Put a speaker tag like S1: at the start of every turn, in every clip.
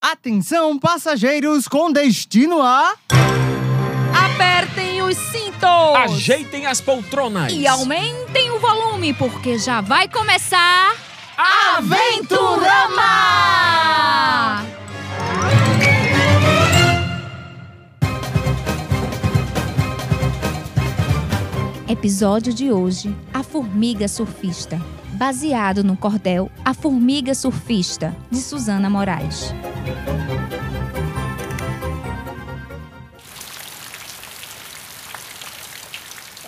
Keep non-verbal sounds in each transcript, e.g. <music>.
S1: Atenção, passageiros com destino a.
S2: Apertem os cintos.
S3: Ajeitem as poltronas.
S2: E aumentem o volume, porque já vai começar. Aventurama! Episódio de hoje: A Formiga Surfista. Baseado no cordel A Formiga Surfista, de Suzana Moraes.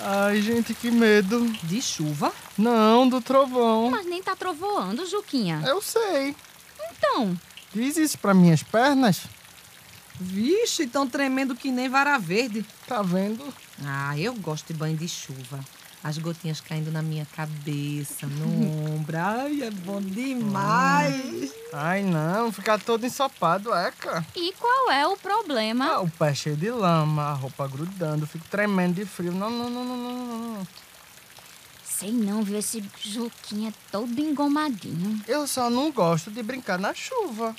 S1: Ai, gente, que medo.
S4: De chuva?
S1: Não, do trovão.
S2: Mas nem tá trovoando, Juquinha.
S1: Eu sei.
S2: Então,
S1: Diz isso pra minhas pernas.
S4: Vixe, tão tremendo que nem vara verde.
S1: Tá vendo?
S4: Ah, eu gosto de banho de chuva. As gotinhas caindo na minha cabeça, <laughs> no ombro. Ai, é bom demais.
S1: Ai, não, ficar todo ensopado, eca.
S2: e qual é o problema?
S1: Ah, o pé cheio de lama, a roupa grudando, fico tremendo de frio. Não, não, não, não, não, não, não.
S2: Sei não, viu? Esse Juquinha é todo engomadinho.
S1: Eu só não gosto de brincar na chuva.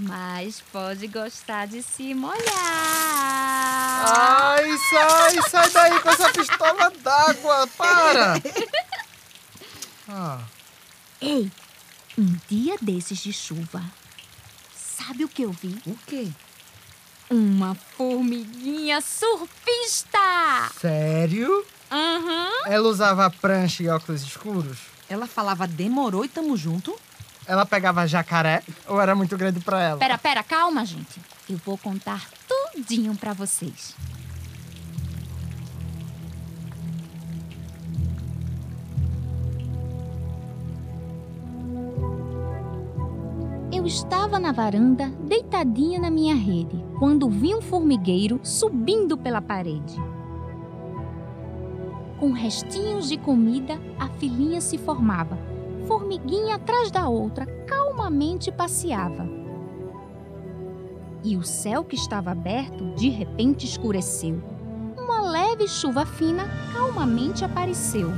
S2: Mas pode gostar de se
S1: Ah.
S2: molhar.
S1: Ai, sai, sai daí com essa pistola d'água, para! Ah,
S2: Ei, um dia desses de chuva, sabe o que eu vi?
S4: O quê?
S2: Uma formiguinha surfista!
S1: sério?
S2: Aham.
S1: Ela usava prancha e óculos escuros?
S4: Ela falava demorou e tamo junto?
S1: Ela pegava jacaré ou era muito grande pra ela?
S2: Pera, pera, calma, gente. Eu vou contar tudinho pra vocês. Eu estava na varanda, deitadinha na minha rede, quando vi um formigueiro subindo pela parede. Com restinhos de comida, a filhinha se formava. Formiguinha atrás da outra, calmamente passeava e o céu que estava aberto de repente escureceu. Uma leve chuva fina calmamente apareceu.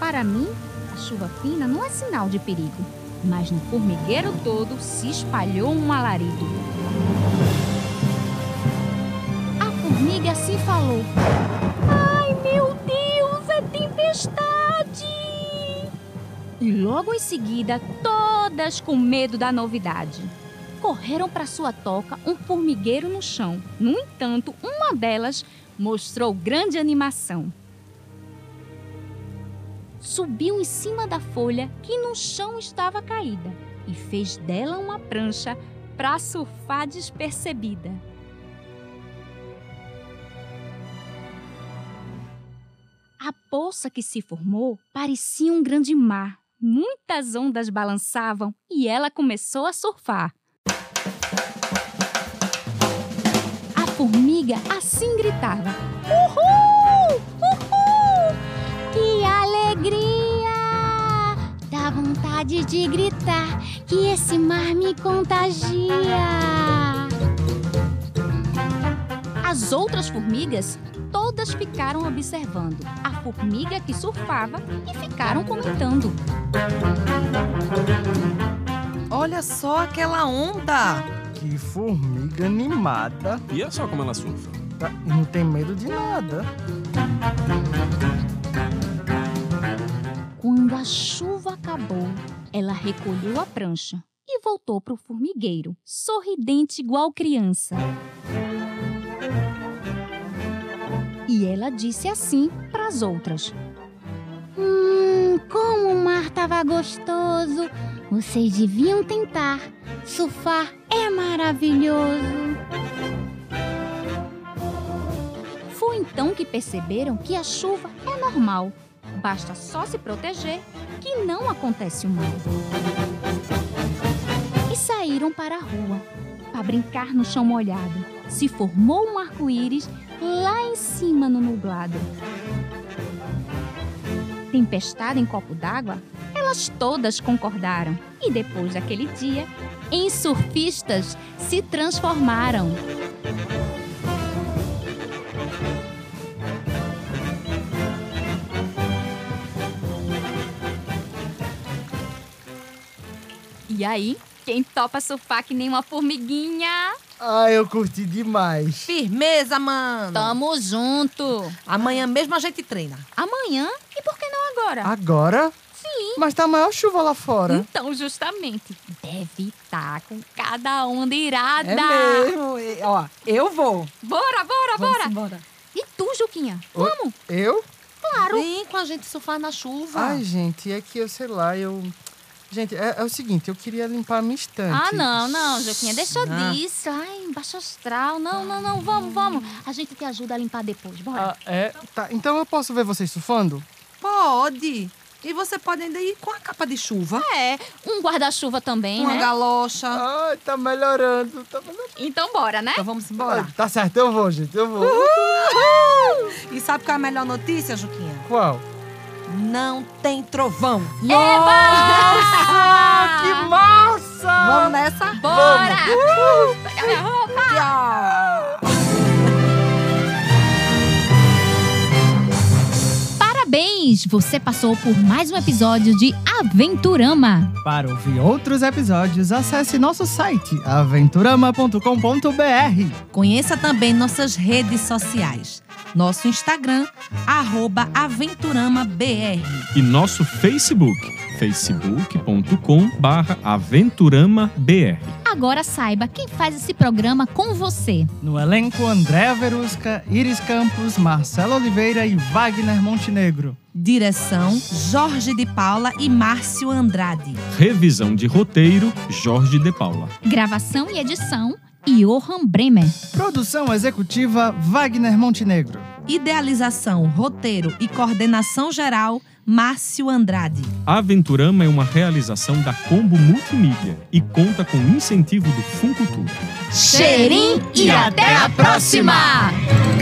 S2: Para mim, a chuva fina não é sinal de perigo, mas no formigueiro todo se espalhou um alarido. A formiga se falou: Ai meu Deus, é tempestade! E logo em seguida, todas com medo da novidade correram para sua toca um formigueiro no chão. No entanto, uma delas mostrou grande animação. Subiu em cima da folha que no chão estava caída e fez dela uma prancha para surfar despercebida. A poça que se formou parecia um grande mar. Muitas ondas balançavam e ela começou a surfar. A formiga assim gritava: Uhul! Uhul! Que alegria! Dá vontade de gritar que esse mar me contagia. As outras formigas todas ficaram observando a formiga que surfava e ficaram comentando.
S4: Olha só aquela onda.
S1: Que formiga animada.
S3: E olha só como ela surfa.
S1: Tá- Não tem medo de nada.
S2: Quando a chuva acabou, ela recolheu a prancha e voltou para o formigueiro, sorridente igual criança. E ela disse assim para as outras: Hum, como o mar estava gostoso! Vocês deviam tentar. Surfar é maravilhoso. Foi então que perceberam que a chuva é normal. Basta só se proteger que não acontece o mal. E saíram para a rua, para brincar no chão molhado. Se formou um arco-íris lá em cima no nublado. Tempestade em copo d'água, elas todas concordaram. E depois daquele dia, em surfistas se transformaram. E aí, Quem topa surfar que nem uma formiguinha?
S1: Ah, eu curti demais.
S4: Firmeza, mano.
S2: Tamo junto.
S4: Amanhã mesmo a gente treina.
S2: Amanhã? E por que não agora?
S1: Agora?
S4: Ah,
S2: Sim.
S1: Mas tá a maior chuva lá fora.
S2: Então, justamente, deve estar com cada onda irada.
S4: É mesmo. E, Ó, eu vou.
S2: Bora, bora,
S4: Vamos
S2: bora.
S4: embora.
S2: E tu, Juquinha?
S1: Oi?
S2: Vamos?
S1: Eu?
S4: Claro. Vem com a gente surfar na chuva.
S1: Ai, gente, é que eu sei lá, eu. Gente, é, é o seguinte, eu queeria limpar a minha estante.
S2: Ah, não, não, Juquinha, deixa
S4: Ah.
S2: disso. Ai, baixo astral. Não, não, não, vamos, vamos. A gente te ajuda a limpar depois,
S1: Ah,
S2: bora.
S1: é? Tá, então eu posso ver vocês surfando?
S4: Pode. E você pode ainda ir com a capa de chuva,
S2: É, um guarda-chuva também,
S4: Ah. uma
S2: né?
S4: galocha.
S1: Ai, tá melhorando, tá melhorando.
S2: Então, Ah. bora, né?
S4: Então vamos embora.
S1: Ai, Tá certo, eu vou, gente, eu vou.
S4: <laughs> E sabe qual é a melhor notícia, Juquinha?
S1: Qual?
S4: Não tem trovão.
S2: Nossa,
S1: Ah, Que massa!
S4: Vamos nessa?
S2: Bora! Pega minha roupa!
S4: Tchau.
S2: Parabéns! Você passou por mais um episódio de Aventurama.
S1: Para ouvir outros episódios, acesse nosso site aventurama.com.br.
S4: Conheça também nossas redes sociais. Nosso Instagram, arroba aventuramabr.
S3: E nosso Facebook, facebook.com barra aventuramabr.
S2: Agora saiba quem faz esse programa com você.
S1: No elenco, Andréa Verusca, Iris Campos, Marcelo Oliveira e Wagner Montenegro.
S4: Direção, Jorge de Paula e Márcio Andrade.
S3: Revisão de roteiro, Jorge De Paula.
S2: Gravação e edição, Johan Bremer.
S1: Produção executiva, Wagner Montenegro.
S4: Idealização, roteiro e coordenação geral, Márcio Andrade.
S3: Aventurama é uma realização da Combo Multimídia e conta com incentivo do Funcultura.
S2: Cheirim e até a próxima!